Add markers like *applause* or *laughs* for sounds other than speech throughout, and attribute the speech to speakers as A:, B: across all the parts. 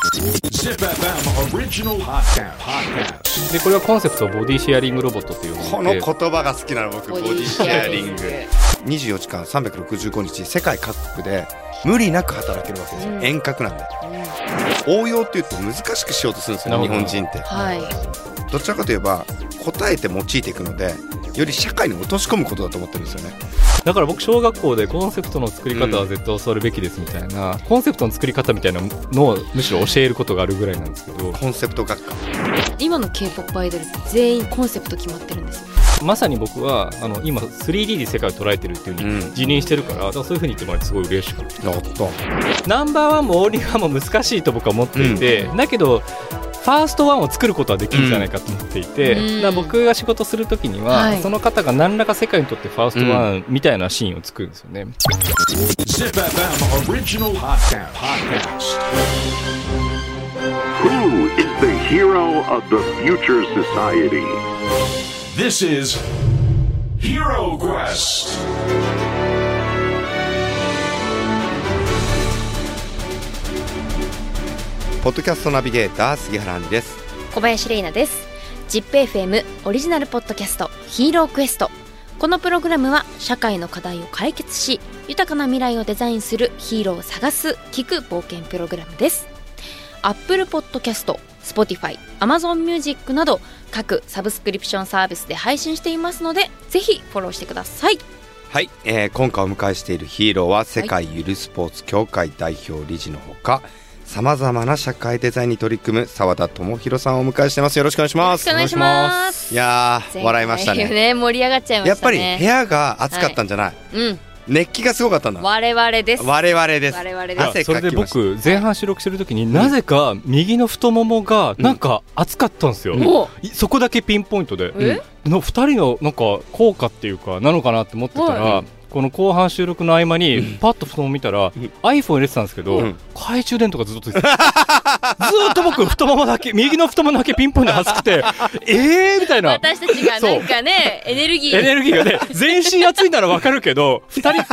A: Zip FM original podcast. podcast.
B: でこれはコンセプトをボディシェアリングロボットっていう
C: こ
B: もの
C: の
B: で
C: 言葉が好きなの僕ボディシェアリング24時間365日世界各国で無理なく働けるわけですよ、遠隔なんで、応用って言うと難しくしようとするんですよ
B: な
C: 日
B: るほど
C: 本人って
D: はい。
C: どちらかといえば答えて用いていくのでより社会に落とし込むことだと思ってるんですよね
B: だから僕小学校でコンセプトの作り方は絶対教わるべきですみたいな、コンセプトの作り方みたいなのをむしろ教えることがあるぐらいなんですけど
C: コンセプト学科
D: 今の K-POP アイドル全員コンセプト決まってるんですよ。
B: まさに僕はあの今 3D で世界を捉えてるっていうふうに
C: うん
B: 辞任してるから,、そういうふうに言ってもらってすごい嬉しくて
C: やっと
B: ナンバーワンもオーリーワンも難しいと僕は思っていて、だけどファーストワンを作ることはできるんじゃないかと思っていて、
D: うん
B: だから僕が仕事するときには、
D: はい
B: その方が何らか世界にとってファーストワンみたいなシーンを作るんですよね、
A: Zip FM original podcast. podcast.
E: Who is the hero of the future society?
A: This is Hero Quest.
C: ポッドキャストナビゲーター杉原杏里です
D: 小林玲奈です。ZIPFM オリジナルポッドキャストヒーロークエスト。このプログラムは社会の課題を解決し、豊かな未来をデザインするヒーローを探す、聞く冒険プログラムです。Apple Podcast、Spotify、Amazon Music など各サブスクリプションサービスで配信していますので、ぜひフォローしてください。
C: はい、えー今回お迎えしているヒーローは世界ゆるスポーツ協会代表理事のほかさまざまな社会デザインに取り組む澤田智博さんをお迎えしてますよろしくお願いします
D: よろしくお願いします
C: いやー
D: 前回
C: 笑いま
D: *laughs*
C: したね
D: ね盛り上がっちゃいましたね。
C: やっぱり部屋が暑かったんじゃない、
D: うん、
C: 熱気がすごかったんだ
D: 我々です。
C: 我々です
D: 我々で
B: いや
D: す。
C: 汗
B: そ
C: か
B: れで
C: きました
B: 僕前半収録してる時になぜか右の太ももがなんか熱かったんですよ、
D: お
B: いそこだけピンポイントで、
D: え
B: の2人のなんか効果っていうかなのかなって思ってたら、
D: は
B: この後半収録の合間にパッと太もも見たら、iPhone 入れてたんですけど、
C: うん
B: 懐中電灯がずっとついてたずーっと僕太ももだけ右の太ももだけピンポイントで熱くてえーみたいな
D: 私たちが
B: そう
D: なんかね、 *laughs* エネルギー。
B: エネルギーがね、全身熱いならわかるけど、二人、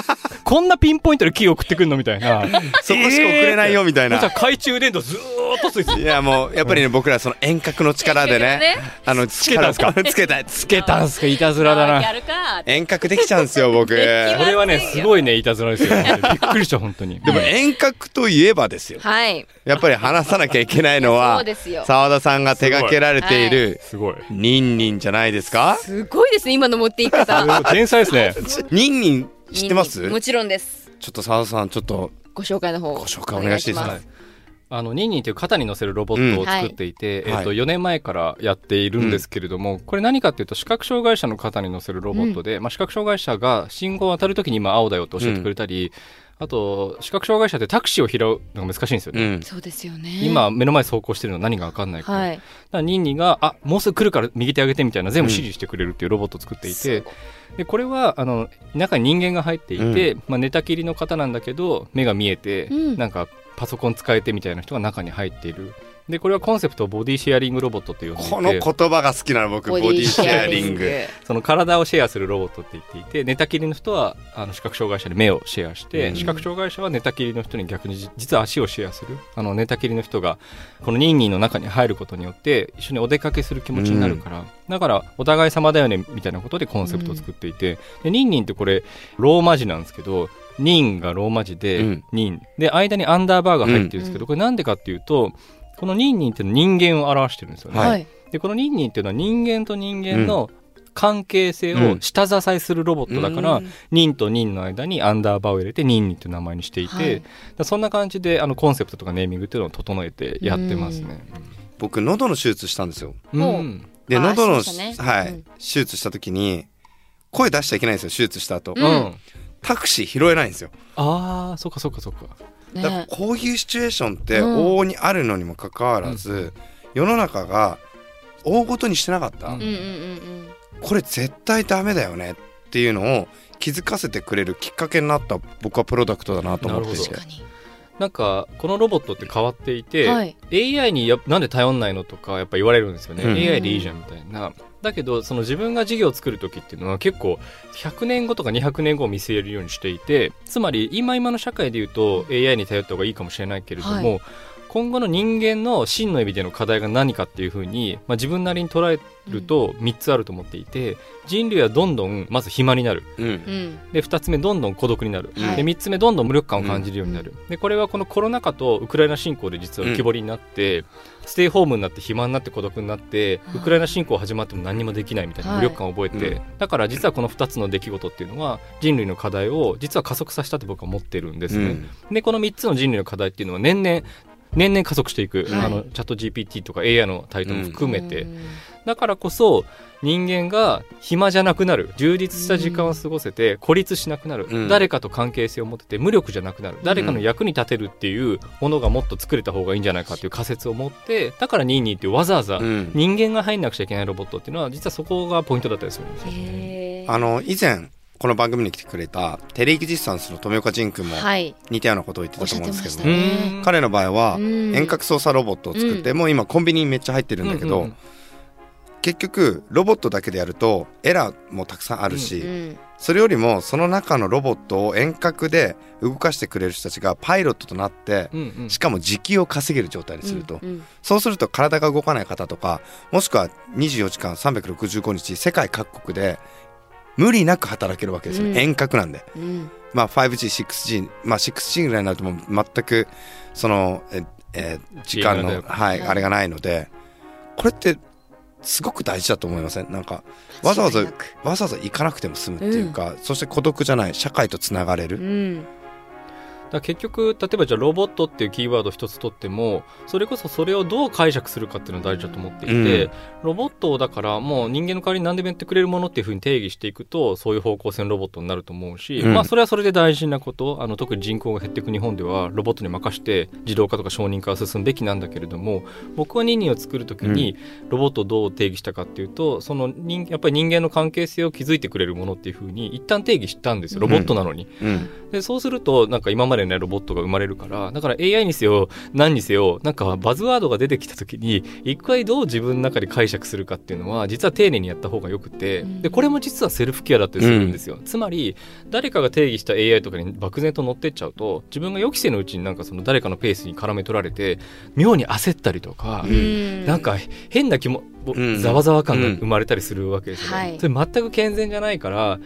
B: こんなピンポイントでキー送ってくるのみたいな。
C: そこしか送れないよみたいな
B: えーじゃあ懐中電灯ずーっとついて
C: いやもうやっぱりね僕らその遠隔の力でね
D: 遠隔
C: あの
B: つけたんすか
C: 力をつけたい
B: つけたんすか、いたずらだ
D: や
B: な。
D: るか。
C: *laughs* 遠隔できちゃうんですよ僕
D: でき
B: こ
C: で
D: ま
B: れはね、すごいね、いたずらですよ。びっくりした、本当に。
C: も遠隔といえばですよ
D: はい。
C: やっぱり話さなきゃいけないのは
D: そうですよ
C: 澤田さんが手掛けられている
B: すごい。
C: ニンニンじゃないですか
D: すごいですね、今の持っていき方。
B: 天才ですね。
C: ニンニン知ってま
D: に
C: す
D: もちろんです。
C: ちょっと澤田さんちょっと
D: ご紹介の方。
C: ご紹介お願いしていいです
D: お
C: か
D: 願ます
B: あのニンニンという肩に乗せるロボットを
C: うん
B: 作っていて、
C: はい
B: えっと4年前からやっているんですけれども、これ何かっていうと視覚障害者の肩に乗せるロボットで、まあ、視覚障害者が信号を当たるときに今青だよって教えてくれたり、あと視覚障害者ってタクシーを拾うのが難しいんですよ
C: う
B: ね。
C: ん
D: そうですよね。。
B: 今目の前走行してるの何が分かんないから,、
D: は
B: だ
D: い。
B: からニンニンが「あもうすぐ来るから右手上げて」みたいな全部指示してくれるっていうロボットを作っていて、でこれはあの中に人間が入っていて、まあ、寝たきりの方なんだけど目が見えて、
D: うん
B: なんかパソコン使えてみたいな人が中に入っているでこれはコンセプトをボディシェアリングロボットって呼んでいて
C: この言葉が好きなの僕ボディシェアリング。
B: その体をシェアするロボットって言っていて寝たきりの人はあの視覚障害者に目をシェアして、
C: うん
B: 視覚障害者は寝たきりの人に逆にじ実は足をシェアするあの寝たきりの人がこのニンニンの中に入ることによって一緒にお出かけする気持ちになるから、だからお互い様だよねみたいなことでコンセプトを作っていて、でニンニンってこれローマ字なんですけどニンがローマ字で、
C: うん
B: ニンで間にアンダーバーが入ってるんですけど、これなんでかっていうとこのニンニンって人間を表してるんですよね。
C: は
D: はいい。
B: でこのニンニンっていうのは人間と人間の関係性
C: うん
B: を下支えするロボットだから、
C: うん
B: ニンとニンの間にアンダーバーを入れてニンニンという名前にしていて、
D: はい
B: だからそんな感じであのコンセプトとかネーミングっていうのを整えてやってますね。
C: 僕喉の手術したんですよ
B: うん
D: もう
C: で
D: あー
C: 喉の
D: しましたね
C: はい
D: うん
C: 手術した時に声出しちゃいけないんですよ手術した後
D: うん
B: うん
C: タクシー拾えないんですよ
B: ああそっかそっかそっか。
D: ね
C: だからこういうシチュエーションって
D: うん
C: 往々にあるのにもかかわらず、世の中が大ごとにしてなかった、
B: うん
D: うんうんうん
C: これ絶対ダメだよねっていうのを気づかせてくれるきっかけになった僕はプロダクトだなと思って
D: うん。
C: い
B: なる
C: て
D: 確かに。
B: なんかこのロボットって変わっていて、
D: はい
B: AI にやなんで頼んないのとかやっぱ言われるんですよね、
C: うん
B: AI でいいじゃんみたいなだけどその自分が事業を作る時っていうのは結構100年後とか200年後を見据えるようにしていてつまり今今の社会で言うと AI に頼った方がいいかもしれないけれども、今後の人間の真の意味での課題が何かっていうふうに、まあ、自分なりに捉えると3つあると思っていて人類はどんどんまず暇になる
C: うん
D: うん
B: で2つ目どんどん孤独になる、
D: はい
B: で3つ目どんどん無力感を感じるようになる、でこれはこのコロナ禍とウクライナ侵攻で実は浮き彫りになって、ステイホームになって暇になって孤独になって
D: はい
B: ウクライナ侵攻始まっても何にもできないみたいな
D: はい
B: 無力感を覚えて、
C: うん
B: だから実はこの2つの出来事っていうのは人類の課題を実は加速させたって僕は思ってるんですね。でこの3つの人類の課題っていうのは年々年々加速していく、
D: はい
B: あのチャット GPT とか AI の台頭も含めて、
D: うん
B: だからこそ人間が暇じゃなくなる充実した時間を過ごせて孤立しなくなる、
C: うん
B: 誰かと関係性を持ってて無力じゃなくなる誰かの役に立てるっていうものがもっと作れた方がいいんじゃないかっていう仮説を持ってだからニーニーっていうわざわざ
C: うん
B: 人間が入んなくちゃいけないロボットっていうのは実はそこがポイントだったりするんですよね。
D: へー
C: あの以前この番組に来てくれたテレエキジスタンスの富岡仁君も
D: はい
C: 似たようなことを言ってたと思うんですけ
D: おっしゃってまし
C: ど
D: た
C: も、
D: ね
B: うん
C: 彼の場合は
D: うん
C: 遠隔操作ロボットを作って、もう今コンビニにめっちゃ入ってるんだけど、
B: うんうんうん
C: 結局ロボットだけでやるとエラーもたくさんあるし、
D: うん
C: それよりもその中のロボットを遠隔で動かしてくれる人たちがパイロットとなって、
B: うんうん
C: しかも時給を稼げる状態にすると、
D: うん
C: そうすると体が動かない方とかもしくは24時間365日世界各国で無理なく働けるわけですよ、
D: うん
C: 遠隔なんで。
D: うん
C: まあ、5G6G、まあ、6G ぐらいになるともう全くそのえ、えー時間
B: 自由
C: の、
B: な
C: はい、
D: はい
C: あれがないのでこれってすごく大事だと思いませんなんかわざわざ
D: 間違
C: わ
D: いなく
C: ざわざ行かなくても済むっていうか、そして孤独じゃない社会とつながれ
D: う
C: る、
D: ん
B: だから結局例えばじゃあロボットっていうキーワードを一つ取ってもそれこそそれをどう解釈するかっていうのが大事だと思っていて、
C: うん
B: ロボットをだからもう人間の代わりに何でもやってくれるものっていうふうに定義していくとそういう方向性のロボットになると思うし、
C: うん
B: まあそれはそれで大事なことあの特に人口が減っていく日本ではロボットに任して自動化とか承認化は進むべきなんだけれども僕はニーニーを作る時にロボットをどう定義したかっていうとその人やっぱり人間の関係性を築いてくれるものっていうふうに一旦定義したんですよロボットなのに。
C: うん
B: でそうするとなんか今までのねロボットが生まれるからだから AI にせよ何にせよなんかバズワードが出てきた時に一回どう自分の中で解釈するかっていうのは実は丁寧にやった方がよくて
D: うん
B: でこれも実はセルフケアだったりするんですよ、つまり誰かが定義した AI とかに漠然と乗ってっちゃうと自分が予期せぬうちになんかその誰かのペースに絡め取られて妙に焦ったりとか、
C: う
D: うん
B: なんか変な気も
C: ん
B: ざわざわ感が生まれたりするわけですよね、
D: はい
B: それ全く健全じゃないから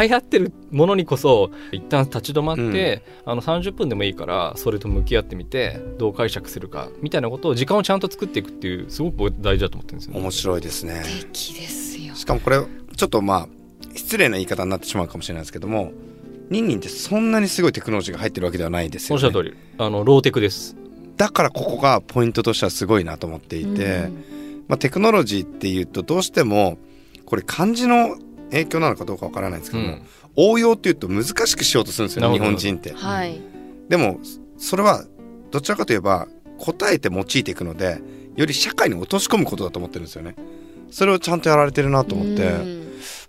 B: 流行ってるものにこそ一旦立ち止まって、あの30分でもいいからそれと向き合ってみてどう解釈するかみたいなことを時間をちゃんと作っていくっていうすごく大事だと思ってるんですよね。
C: 面白いですね
D: 素敵ですよ
C: しかもこれちょっとまあ失礼な言い方になってしまうかもしれないですけどもニンニンってそんなにすごいテクノロジーが入ってるわけではないんです
B: お
C: よ、
B: っしゃ
C: ね
B: る、通りあのローテクです。
C: だからここがポイントとしてはすごいなと思っていて、まあ、テクノロジーっていうとどうしてもこれ漢字の影響なのかどうかわからないですけども、
B: うん
C: 応用っていうと難しくしようとするんですよ
B: なる
C: ね日
B: ほど
C: 本人って
D: うん。はい
C: でもそれはどちらかといえば答えて用いていくのでより社会に落とし込むことだと思ってるんですよね。それをちゃんとやられてるなと思って、
D: うん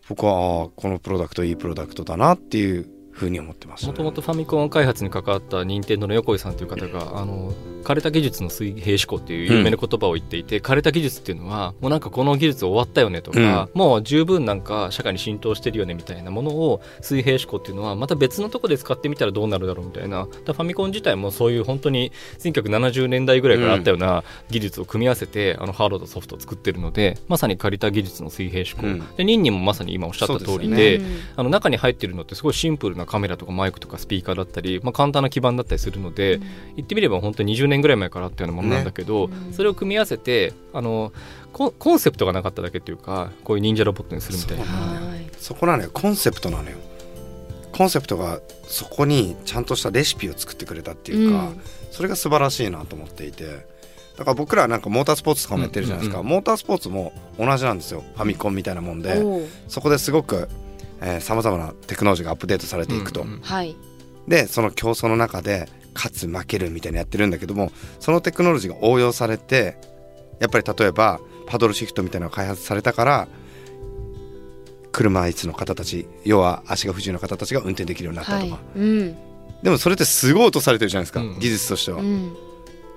C: 僕はあーこのプロダクトいいプロダクトだなっていうふうに思ってます、
B: もともとファミコン開発に関わった任天堂の横井さんという方があの枯れた技術の水平思考っていう有名な言葉を言っていて、枯れた技術っていうのはもうなんかこの技術終わったよねとか、もう十分なんか社会に浸透してるよねみたいなものを水平思考っていうのはまた別のとこで使ってみたらどうなるだろうみたいなだからファミコン自体もそういう本当に1970年代ぐらいからあったような技術を組み合わせて、あのハードとソフトを作ってるのでまさに借りた技術の水平思考、
C: うん
B: でニンニンもまさに今おっしゃった通り
C: そう
B: で
C: です
D: よね
B: あの中に入ってるのってすごいシンプルなカメラとかマイクとかスピーカーだったり、まあ、簡単な基板だったりするので、言ってみれば本当に20年ぐらい前からあったようなものなんだけど、
D: ね
B: それを組み合わせてあのコンコンセプトがなかっただけっていうかこういう忍者ロボットにするみたいな。
D: はい
C: そこなのよコンセプトなのよコンセプトがそこにちゃんとしたレシピを作ってくれたっていうか、
D: うん
C: それが素晴らしいなと思っていてだから僕らはなんかモータースポーツとかもやってるじゃないですか、
B: うん
C: モータースポーツも同じなんですよファミコンみたいなもんで、
D: おう
C: そこですごくさまざまなテクノロジーがアップデートされていくと、
B: うんうん
D: はい
C: でその競争の中で勝つ負けるみたいなやってるんだけどもそのテクノロジーが応用されてやっぱり例えばパドルシフトみたいなのが開発されたから車椅子の方たち要は足が不自由な方たちが運転できるようになった
D: は
C: と
D: い
C: か、
D: うん
C: でもそれってすごい落とされてるじゃないですか、
B: うん
C: 技術としては、
D: うん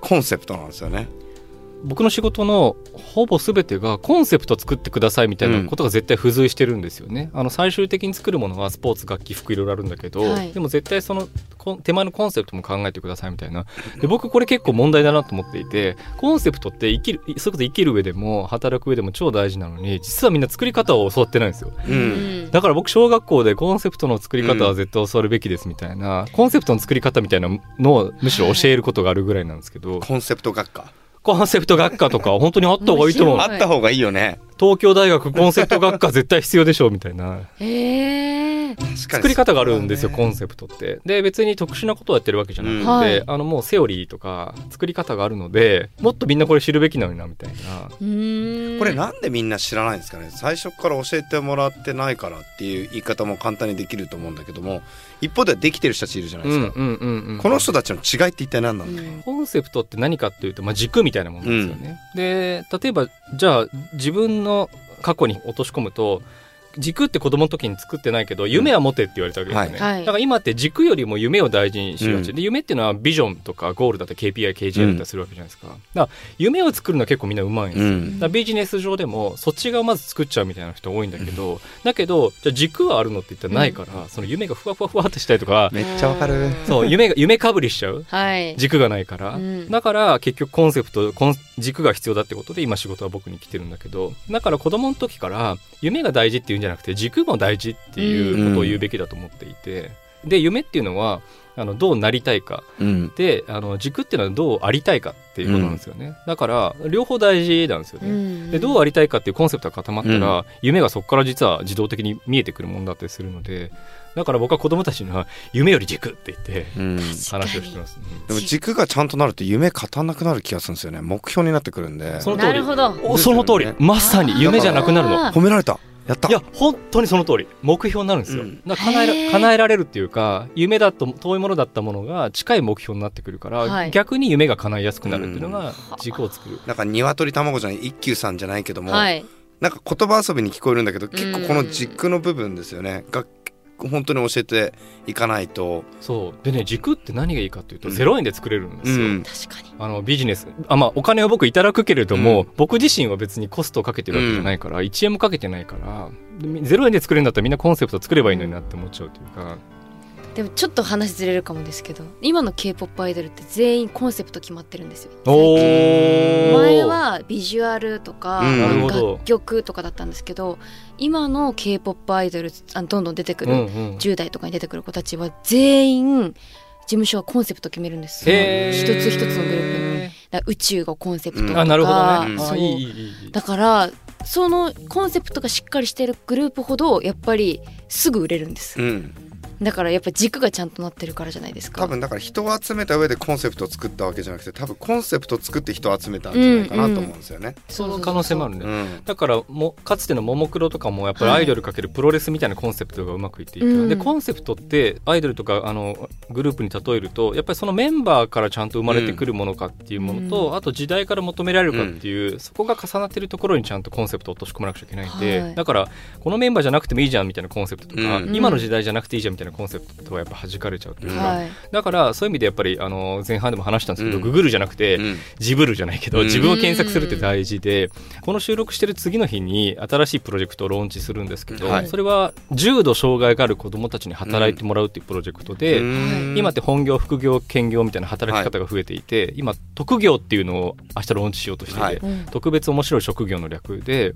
C: コンセプトなんですよね
B: 僕の仕事のほぼ全てがコンセプト作ってくださいみたいなことが絶対付随してるんですよね。あの最終的に作るものはスポーツ楽器服いろいろあるんだけど、
D: はい
B: でも絶対そのこ手前のコンセプトも考えてくださいみたいなで僕これ結構問題だなと思っていてコンセプトって生きるそれこそ生きる上でも働く上でも超大事なのに実はみんな作り方を教わってないんですよ。
C: う
D: うんん
B: だから僕小学校でコンセプトの作り方は絶対教わるべきですみたいな、コンセプトの作り方みたいなのをむしろ教えることがあるぐらいなんですけど、
C: コンセプト学科
B: コンセプト学科とか本当にあった方がいいと思う
D: 面白い
C: あった方がいいよね
B: 東京大学コンセプト学科絶対必要でしょうみたいな
D: ええ
B: 作り方があるんですよ、コン
C: セ
B: セプトってで別に特殊なことをやってるわけじゃなくて、
C: うん
D: はい
B: あのもうセオリーとか作り方があるのでもっとみんなこれ知るべきなのになみたいな
D: うーん
C: これなんでみんな知らないんですかね最初から教えてもらってないからっていう言い方も簡単にできると思うんだけども一方ではできてる人たちいるじゃないですか、
B: うんうんうんうん
C: この人たちの違いって一体何な
D: う
C: の、
D: ん
B: コンセプトって何かっていうと、まあ、軸みたいなものですよね。で例えばじゃあ自分の過去に落とし込むと軸って子供の時に作ってないけど夢は持てって言われたわけですよね、
D: はいはい
B: だから今って軸よりも夢を大事にしがち、
C: うん
B: で夢っていうのはビジョンとかゴールだったり KPI、KJ だったりするわけじゃないですか。だから夢を作るのは結構みんなうまいんですよ
C: うん
B: だからビジネス上でもそっち側をまず作っちゃうみたいな人多いんだけど、だけどじゃあ軸はあるのって言ったらないから、その夢がふわふわふわってしたりとか、
C: めっちゃわかる
B: そう夢が夢かぶりしちゃう
D: はい
B: 軸がないから、
D: うん
B: だから結局コンセプトコン軸が必要だってことで今仕事は僕に来てるんだけどだから子供の時から夢が大事っていうんじゃなくて軸も大事っていうことを言うべきだと思っていて、で夢っていうのはあのどうなりたいか
C: うん
B: であの軸っていうのはどうありたいかっていうことなんですよね、だから両方大事なんですよね、
D: うん
B: でどうありたいかっていうコンセプトが固まったら、
C: う
B: 夢がそこから実は自動的に見えてくるものだったりするのでだから僕は子供たちには夢より軸って言って
C: うん
B: 話をしてます、うん
C: でも軸がちゃんとなると夢語んなくなる気がするんですよね目標になってくるんで
B: その通り
D: なるほど
B: おその通り、
C: ですよね
B: まさに夢じゃなくなるの
D: あー
C: 褒められたやった
B: いや本当にその通り目標になるんですよ、
C: うん
B: だから叶え
D: へー
B: ら叶えられるっていうか夢だと遠いものだったものが近い目標になってくるから、
D: はい
B: 逆に夢が叶いやすくなるっていうのが軸を作る、
C: なんか鶏卵じゃない一休さんじゃないけども、
D: はい
C: なんか言葉遊びに聞こえるんだけど結構この軸の部分ですよねが本当に教えていかないと、
B: そうでね軸って何がいいかっていうと
C: うん
B: 0円で作れるんですよ、
C: うん
D: 確かに
B: あのビジネスあ、まあ、お金を僕いただくけれども、
C: うん
B: 僕自身は別にコストをかけてるわけじゃないから、1円もかけてないからで0円で作れるんだったらみんなコンセプト作ればいいのになって思っちゃうというか、
D: でもちょっと話ずれるかもですけど今の k p o p アイドルって全員コンセプト決まってるんですよ
B: おー
D: 前はビジュアルとか、
C: うん
B: なるほど
D: 楽曲とかだったんですけど今の k p o p アイドルあどんどん出てくる、
B: うんうん
D: 10代とかに出てくる子たちは全員事務所はコンセプト決めるんですよ、
B: へー
D: 一つ一つのグループにだから宇宙がコンセプトとか、
C: うん
B: あなるほどね。
D: そう
B: あいいいいいい。
D: だからそのコンセプトがしっかりしてるグループほどやっぱりすぐ売れるんです
C: うん、
D: だからやっぱ軸がちゃんとなってるからじゃないですか
C: 多分だから人を集めた上でコンセプトを作ったわけじゃなくて多分コンセプトを作って人を集めたんじゃないかなと思うんですよね。
B: その可能性もある
C: う
B: ね。
C: ん
B: だからもかつてのももクロとかもやっぱり
D: は
B: ア
D: い
B: イドルかけるプロレスみたいなコンセプトがうまくいっていて、
D: うん
B: でコンセプトってアイドルとかあのグループに例えるとやっぱりそのメンバーからちゃんと生まれてくるものかっていうものと、
D: う
B: あと時代から求められるかっていう、そこが重なってるところにちゃんとコンセプトを落とし込まなくちゃいけないんで、
D: はい
B: だからこのメンバーじゃなくてもいいじゃんみたいなコンセプトとか、
C: うん
B: 今の時代じゃなくていいじゃんみたいなコンセプトはやっぱ弾かれちゃうというか、
D: はい、
B: だからそういう意味でやっぱりあの前半でも話したんですけど、
C: うん
B: ググるじゃなくて、
C: うん
B: ジブルじゃないけど、
C: うん
B: 自分を検索するって大事で、この収録してる次の日に新しいプロジェクトをローンチするんですけど、
C: はい
B: それは重度障害がある子どもたちに働いてもらうっていうプロジェクトで、
C: うん
B: 今って本業副業兼業みたいな働き方が増えていて、今特業っていうのを明日ローンチしようとしていて、
C: はい
D: うん
B: 特別面白い職業の略で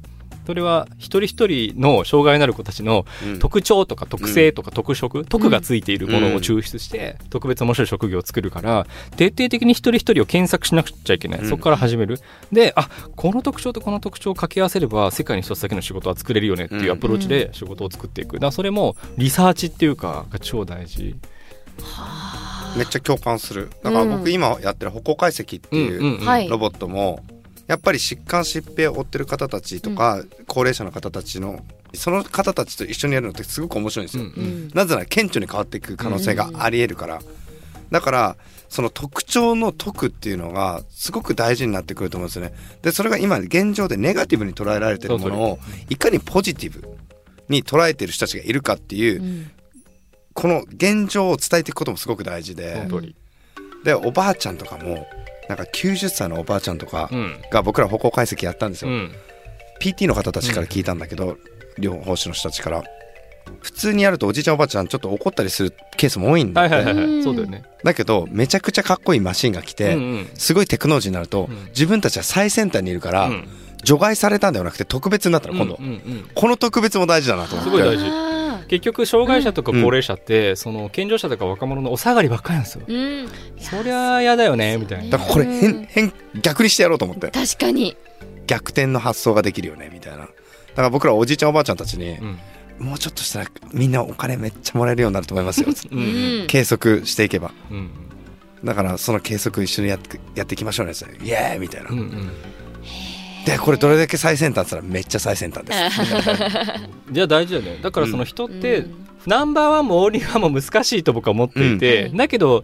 B: それは一人一人の障害のある子たちの
C: うん
B: 特徴とか特性とか特色、特がついているものを抽出して特別面白い職業を作るから徹底的に一人一人を検索しなくちゃいけない、
C: うん
B: そこから始めるであこの特徴とこの特徴を掛け合わせれば世界に一つだけの仕事は作れるよねっていうアプローチで仕事を作っていくだからそれもリサーチっていうかが超大事
C: めっちゃ共感するだから僕今やってる歩行解析っていう
B: うんうんうん
D: はい
C: ロボットもやっぱり疾患疾病を負ってる方たちとか、高齢者の方たちのその方たちと一緒にやるのってすごく面白いんですよ。
B: うんうん
C: なぜなら顕著に変わっていく可能性がありえるから、だからその特徴の特っていうのがすごく大事になってくると思うんですよね。でそれが今現状でネガティブに捉えられてるものをいかにポジティブに捉えてる人たちがいるかっていう、
D: うん
C: この現状を伝えていくこともすごく大事で
B: その通り
C: でおばあちゃんとかもなんか90歳のおばあちゃんとか
B: うん
C: が僕ら歩行解析やったんです
B: う
C: よ、
B: ん
C: PT の方たちから聞いたんだけど、両方師の人たちから普通にやるとおじいちゃんおばあちゃんちょっと怒ったりするケースも多いんだ
B: は
C: っ
B: い
C: て、
B: はいはいは
D: うん
B: いそうだよね
C: だけどめちゃくちゃかっこいいマシンが来
B: うん
C: て、
B: うん
C: すごいテクノロジーになると、
B: うん
C: 自分たちは最先端にいるから、
B: うん
C: 除外されたんではなくて特別になったら今度、
B: うんうんうん
C: この特別も大事だなと思って
B: すごい大事
D: あ
B: 結局障害者とか高齢者って、その健常者とか若者のお下がりばっかりなんですよ、
D: ーうん
B: そりゃ嫌だよねみたい
C: だ
B: な
C: からこれ
D: う
C: 変
D: ん
C: 変逆にしてやろうと思って
D: 確かに
C: 逆転の発想ができるよねみたいなだから僕らおじいちゃんおばあちゃんたちに
B: う、ん
C: もうちょっとしたらみんなお金めっちゃもらえるようになると思いますよ
B: う
D: うんん
C: 計測していけば
B: うん
C: だからその計測一緒にやってやっていきましょうねっつってイエーイみたいな、
B: うんうん
C: でこれどれだけ最先端っつったらめっちゃ最先端です
B: じゃあ大事だよねだからその人って、
D: うん
B: ナンバーワンもオーリーワンも難しいと僕は思っていて、
D: うん
B: だけど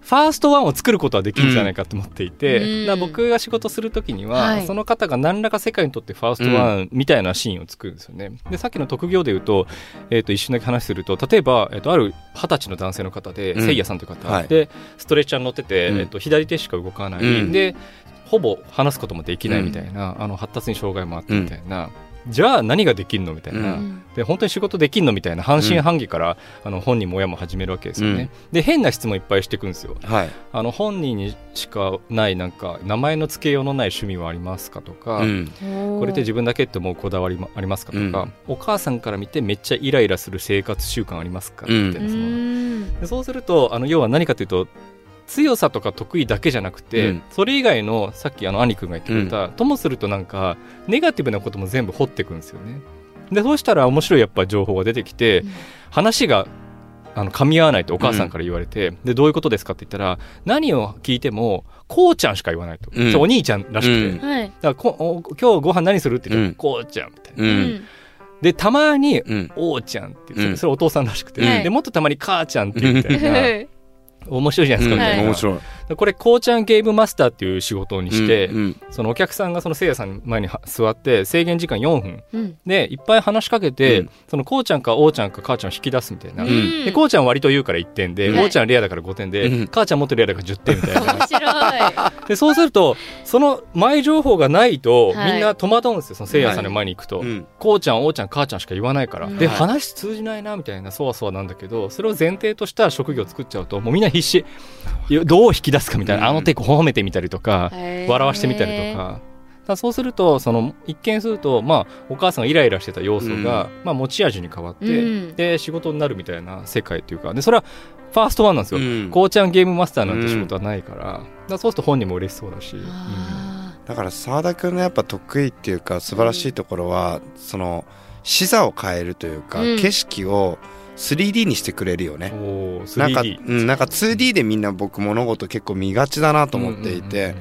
B: ファーストワンを作ることはできるんじゃないかと思っていて、
D: うん
B: だから僕が仕事する時には、
D: はい
B: その方が何らか世界にとってファーストワンみたいなシーンを作るんですよね。でさっきの特業で言うと,、えー、と一瞬だけ話すると例えば、えー、とある二十歳の男性の方で、
C: うん
B: せいやさんという方、
C: はい
B: でストレッチャーに乗ってて、
C: うん
B: えー、と左手しか動かない、
C: うん
B: でほぼ話すこともできないみたいな、あの発達に障害もあってみたいな、じゃあ何ができるのみたいな。
C: う
B: で本当に仕事できんのみたいな半信半疑から、あの本人も親も始めるわけですよね、で変な質問いっぱいしていくんですよ
C: はい、
B: あの本人にしかないなんか名前の付けようのない趣味はありますかとか、
C: うん
D: こ
B: これって自分だけって思うこだわりもありますかとか、お母さんから見てめっちゃイライラする生活習慣ありますかみたいな、その
D: 分
B: でそうするとあの要は何かというと強さとか得意だけじゃなくて、
C: うん
B: それ以外のさっきあの兄くんが言ってくれた、ともするとなんかネガティブなことも全部掘っていくんですよね。でそうしたら面白いやっぱ情報が出てきて、
D: うん
B: 話があの噛み合わないとお母さんから言われて、でどういうことですかって言ったら何を聞いてもこうちゃんしか言わないと、
C: うん
B: ちょお兄ちゃんらしくて、
C: うん
B: だか
D: はい
B: らこお今日ご飯何するって言ったら、
C: うん
B: こうちゃんみたいな。
C: う
D: うんん
B: でたまに
C: うん
B: おうちゃんって言って
C: うん
B: それお父さんらしくて、
D: はい
B: でもっとたまに母ちゃんって言ってみ
C: *laughs*
B: たいな。面白いじゃないですか、みたいな
C: 面白い
B: これこうちゃんゲームマスターっていう仕事にして、
C: うんうん
B: そのお客さんがそのせいやさんの前には座って制限時間4分
D: うん
B: でいっぱい話しかけて、
C: うん
B: そのこうちゃんかおうちゃんか母ちゃんを引き出すみたいな、
C: ん
B: でこうちゃんは割と言うから1点で、
D: はい
B: おうちゃんはレアだから5点で、
C: うん
B: 母ちゃんもっとレアだから10点みたいな
C: *laughs*
D: 面白い
B: でそうするとその前情報がないと、
D: はい
B: みんな戸惑うんですよそのせいやさんの前に行くと、
C: うん
B: こうちゃんおうちゃん母ちゃんしか言わないから、
D: うん
B: で
C: はい
B: 話通じないなみたいなそわそわなんだけどそれを前提とした職業を作っちゃうともうみんな必死いやどう引き出すかみたいな、
C: うん
B: あのテク褒めてみたりとか、
D: へー
B: 笑わしてみたりとか。だからそうするとその一見すると、まあ、お母さんがイライラしてた要素が、まあ、持ち味に変わって、
D: うん
B: で仕事になるみたいな世界というかでそれはファーストワンなんですよ、
C: うん
B: こうちゃんゲームマスターなんて仕事はないから,、だからそうすると本人も嬉しそうだし、
D: あ
C: だから澤田君のやっぱ得意っていうか素晴らしいところは、その視座を変えるというか、
D: うん
C: 景色を 3D にしてくれるよね。
B: おー
C: なんか、う
B: 3D
C: ん、なんか 2D でみんな僕物事結構見がちだなと思っていて、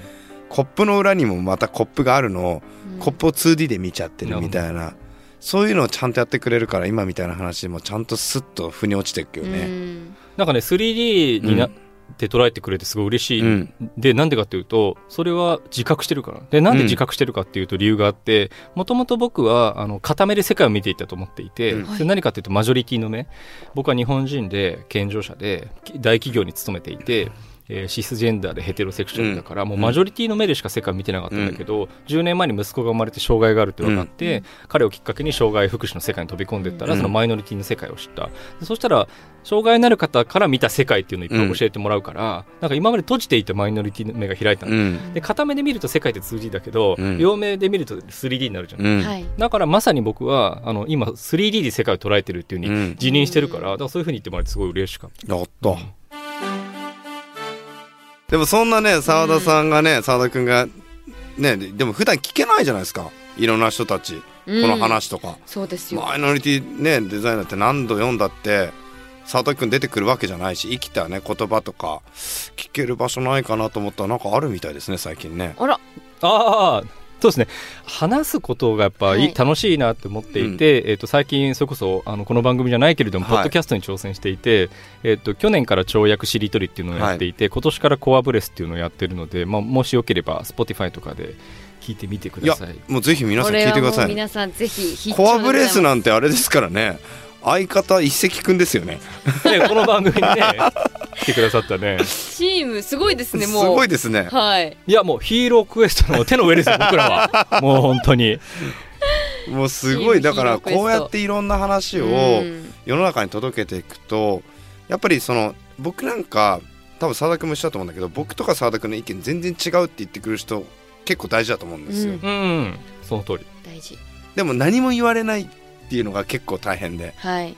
C: コップの裏にもまたコップがあるのを、
D: ー
C: コップを 2D で見ちゃってるみたいな、そういうのをちゃんとやってくれるから今みたいな話でもちゃんとスッと腑に落ちていくよ
D: う
C: ね。
D: ん
B: なんかね 3D にな
C: う
B: って捉えてくれてすごい嬉しい、
C: うん
B: でなんでかっていうとそれは自覚してるからでなんで自覚してるかっていうと理由があってもともと僕はあの片目で世界を見ていたと思っていて、
C: うん
B: それ何かっていうとマジョリティの目僕は日本人で健常者でき大企業に勤めていて。えーシスジェンダーでヘテロセクシャルだから、もうマジョリティの目でしか世界を見てなかったんだけど、10年前に息子が生まれて障害があるって分かって、彼をきっかけに障害福祉の世界に飛び込んでいったら、
C: うん
B: そのマイノリティの世界を知ったでそしたら障害になる方から見た世界っていうのをいっぱい教えてもらうから、なんか今まで閉じていたマイノリティの目が開いたの、
C: うん
B: で片目で見ると世界って 2D だけど、
C: うん
B: 両目で見ると 3D になるじゃん、
C: うん
D: はい
B: だからまさに僕はあの今 3D で世界を捉えてるっていうふう
C: う
B: に
C: ん
B: 自認してるから、だからそういうふうに言ってもらえてすごい嬉しかった
C: やった。でもそんなね澤田さんがね澤田君がねででも普段聞けないじゃないですかいろんな人たちこ
D: うん
C: の話とか、
D: そうですよ
C: マイノリティねデザイナーって何度読んだって澤田君出てくるわけじゃないし生きたね言葉とか聞ける場所ないかなと思ったらなんかあるみたいですね最近ね。
D: あら
B: ああそうですね話すことがやっぱり
D: はい
B: 楽しいなって思っていて、えっと最近それこそあのこの番組じゃないけれども、
C: はい
B: ポッドキャストに挑戦していて、えっと去年から跳躍しりとりっていうのをやっていて、今年からコアブレスっていうのをやってるので、まあ、もしよければ Spotify とかで聞いてみてく
C: いや
B: ださい。
C: もうぜひ皆さ
D: こ
C: ん聞い
D: れ
C: てく
D: はも
C: ださ
D: う
C: い。
D: 皆さんぜひ必聴
C: コアブレス
D: でございま
C: なんてあれですからね相方一石くんですよね
B: ねこの番組にね *laughs* 来てくださったね
D: チームすごいですね
C: す
D: もう
C: ごいですね
D: はい
B: いやもうヒーロークエストの手の上ですよ僕ら *laughs* はもう本当に
C: もうすごいだから
D: チームヒーロークエスト
C: こうやっていろんな話を
D: うん
C: 世の中に届けていくとやっぱりその僕なんか多分澤田君も一緒だと思うんだけど僕とか澤田君の意見全然違うって言ってくる人結構大事だと思うんですよ、
D: うん
B: うんその通り
D: 大事
C: でも何も言われないっていうのが結構大変で
D: はい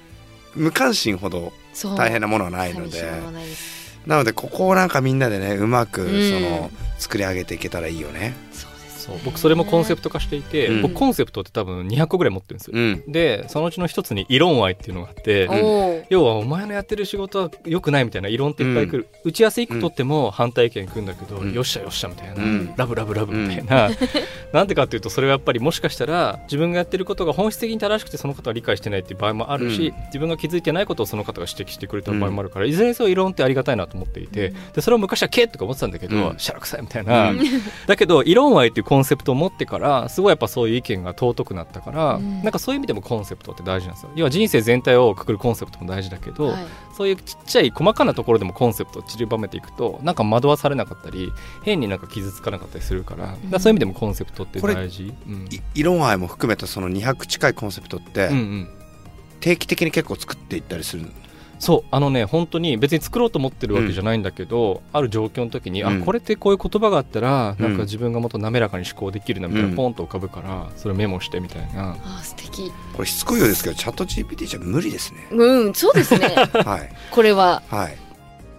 C: 無関心ほど
D: そう
C: 大変なものはないの
D: 寂しい
C: で
D: ものはないです
C: なのでここをなんかみんなでねうまく
D: うん
C: その作り上げていけたらいいよね。
D: そうです
B: そう僕それもコンセ
D: ト
B: プト化していて、
C: うん
B: 僕コンセプトって多分200個ぐらい持ってるんですよ、
C: うん
B: でそのうちの一つに「異論愛」っていうのがあって、
C: ん
D: おー
B: 要はお前のやってる仕事は良くないみたいな異論っていっぱい来る、打ち合わせ1個取っても反対意見来るんだけど、
C: うん
B: よっしゃよっしゃみたいな、
C: うん
B: ラブラブラブみたい
C: *laughs*
B: な、 *laughs* なんでかっていうとそれはやっぱりもしかしたら自分がやってることが本質的に正しくてその方は理解してないっていう場合もあるし、
C: う
B: 自分が気づいてないことをその方が指摘してくれた場合もあるから、いずれにせよ異論ってありがたいなと思っていて、でそれを昔は「け」とか思ってたんだけど「
C: うん
B: しゃらくさい」みたいな、
C: うん
B: だけど「異論愛」っていうコンセプトを持ってからすごいやっぱそういう意見が尊くなったから、
D: うん
B: なんかそういう意味でもコンセプトって大事なんですよ要は人生全体をくくるコンセプトも大事だけど、
D: はい
B: そういうちっちゃい細かなところでもコンセプトを散りばめていくとなんか惑わされなかったり変になんか傷つかなかったりするから,、
D: ん
B: そういう意味でもコンセプトって
C: これ
B: 大事。うん
C: い色合いも含めたその200近いコンセプトって
B: うんうん
C: 定期的に結構作っていったりする
B: そうあのね本当に別に作ろうと思ってるわけじゃないんだけど、ある状況の時に、
C: うん
B: あこれってこういう言葉があったら、
C: うん
B: なんか自分がもっと滑らかに思考できるなみたいな、
C: うん
B: ポンと浮かぶからそれメモしてみたいな、
D: あー素敵
C: これしつこいようですけどチャット GPT じゃ無理です
D: *laughs*
C: ね
D: うんそうですね
C: はい
D: これは
C: はい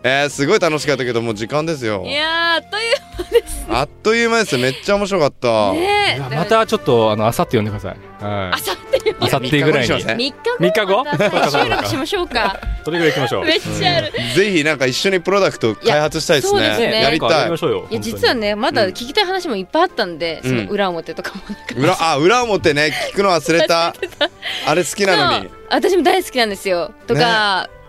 C: えー、すごい楽しかったけどもう時間ですよ
D: いやーという
C: あっという間ですめっちゃ面白かった、
D: ね
B: いやまたちょっとあのあさって読んでください、は
D: あ
B: い、
D: さって
B: あさってぐらい
C: 三日後にしま
B: に
C: すね
D: 3日後
B: 三日後
D: また再収録しましょうか
B: それぐらい行きましょう
D: めっちゃある
C: ぜひなんか一緒にプロダクトを開発したいですね
D: いやそうですね
C: やり
B: なんか
C: たい
B: ましょうよ
D: いや実はねまだ聞きたい話もいっぱいあったんで、
C: うん
D: その裏表とかも
C: 裏あ裏表ね聞くの忘れたあれ好きなのに
D: そう私も大好きなんですよとか、
C: うん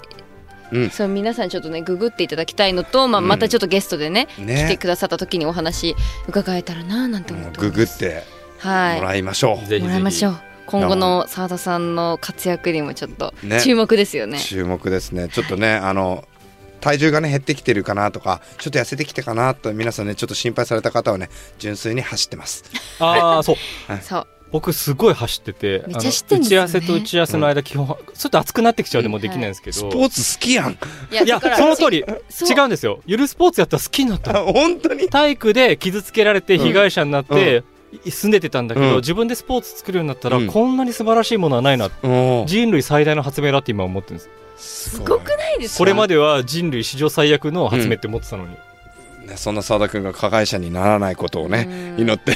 D: そう皆さんちょっとねググっていただきたいのと、まあ、
C: うん
D: またちょっとゲストでね,、
C: ね
D: 来てくださった時にお話伺えたらななんて思っており
C: グ
D: ます
C: グって
D: はい
C: もらいましょう、
B: ぜひ
D: もらいましょ
B: う
D: う今後の澤田さんの活躍にもちょっと
C: ね
D: 注目ですよね
C: 注目ですねちょっとねあの体重がね減ってきてるかなとかちょっと痩せてきてかなと皆さんねちょっと心配された方はね純粋に走ってます
B: ああそう
D: そう
B: 僕すごい走ってて
D: めっちゃ知って
B: あ
D: ん
B: の打ち
D: です
B: 合
D: よね
B: わせと打ち合わせの間基本、ちょっと熱くなってきちゃうでもできないんですけ
C: ス
B: ど、
C: ポーツ好き
B: *laughs*
C: やん
D: いや
B: いや
D: だから
B: その通り
D: そう
B: 違うんですよゆるスポーツやったら好きになったの
C: 本当に
B: 体育で傷つけられて被害者になって、住んでてたんだけど、
C: うん
B: 自分でスポーツ作るようになったら、
C: うん
B: こんなに素晴らしいものはないな
C: もう
B: 人類最大の発明だって今思ってるんです
C: す
D: すごくないですか
B: これまでは人類史上最悪の発明って思ってたのに、
C: ねそんな澤田君が加害者にならないことをね
D: うん
C: 祈って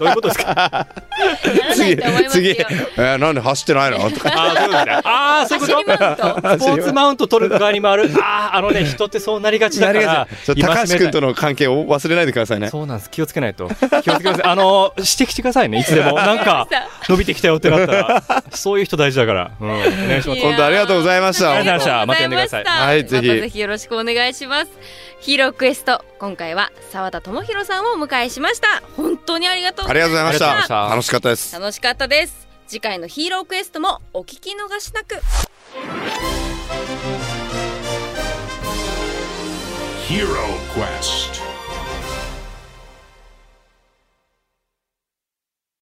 B: どういうことですか
D: ならないと思います
C: 次
D: *laughs* よ
C: えーなんで走って
D: *laughs*
C: ないのとか
B: あーそういうことねあーそういうことスポ
D: 走りマウント
B: ーツマウント取る側に回る。ああ、あのね、人ってそうなりがちだ
C: な
B: か
C: り
B: ら
C: がち。そう高橋君との関係を忘れないでくださいね
B: そうなんです。気をつけないと。気をつけてください。あの、指摘してくださいね。いつ *laughs* でも。なんか、伸びてきたよってなったら。そういう人大事だから。うん。お願いしま
D: い
B: す
D: や。ー
C: 本当ありがとうございました
B: ありがとうございましたまた呼んでください
C: はいぜひ
D: またぜひよろしくお願いしますヒーロークエスト今回は澤田智博さんをお迎えしました本当にありがとうご
C: あ
D: ざ
C: り
D: い
C: がとうございまし
B: ありがとうございました
C: た楽しかったです
D: ます楽しかったです次回のヒーロークエストもお聞き逃しなく
A: Hero Quest.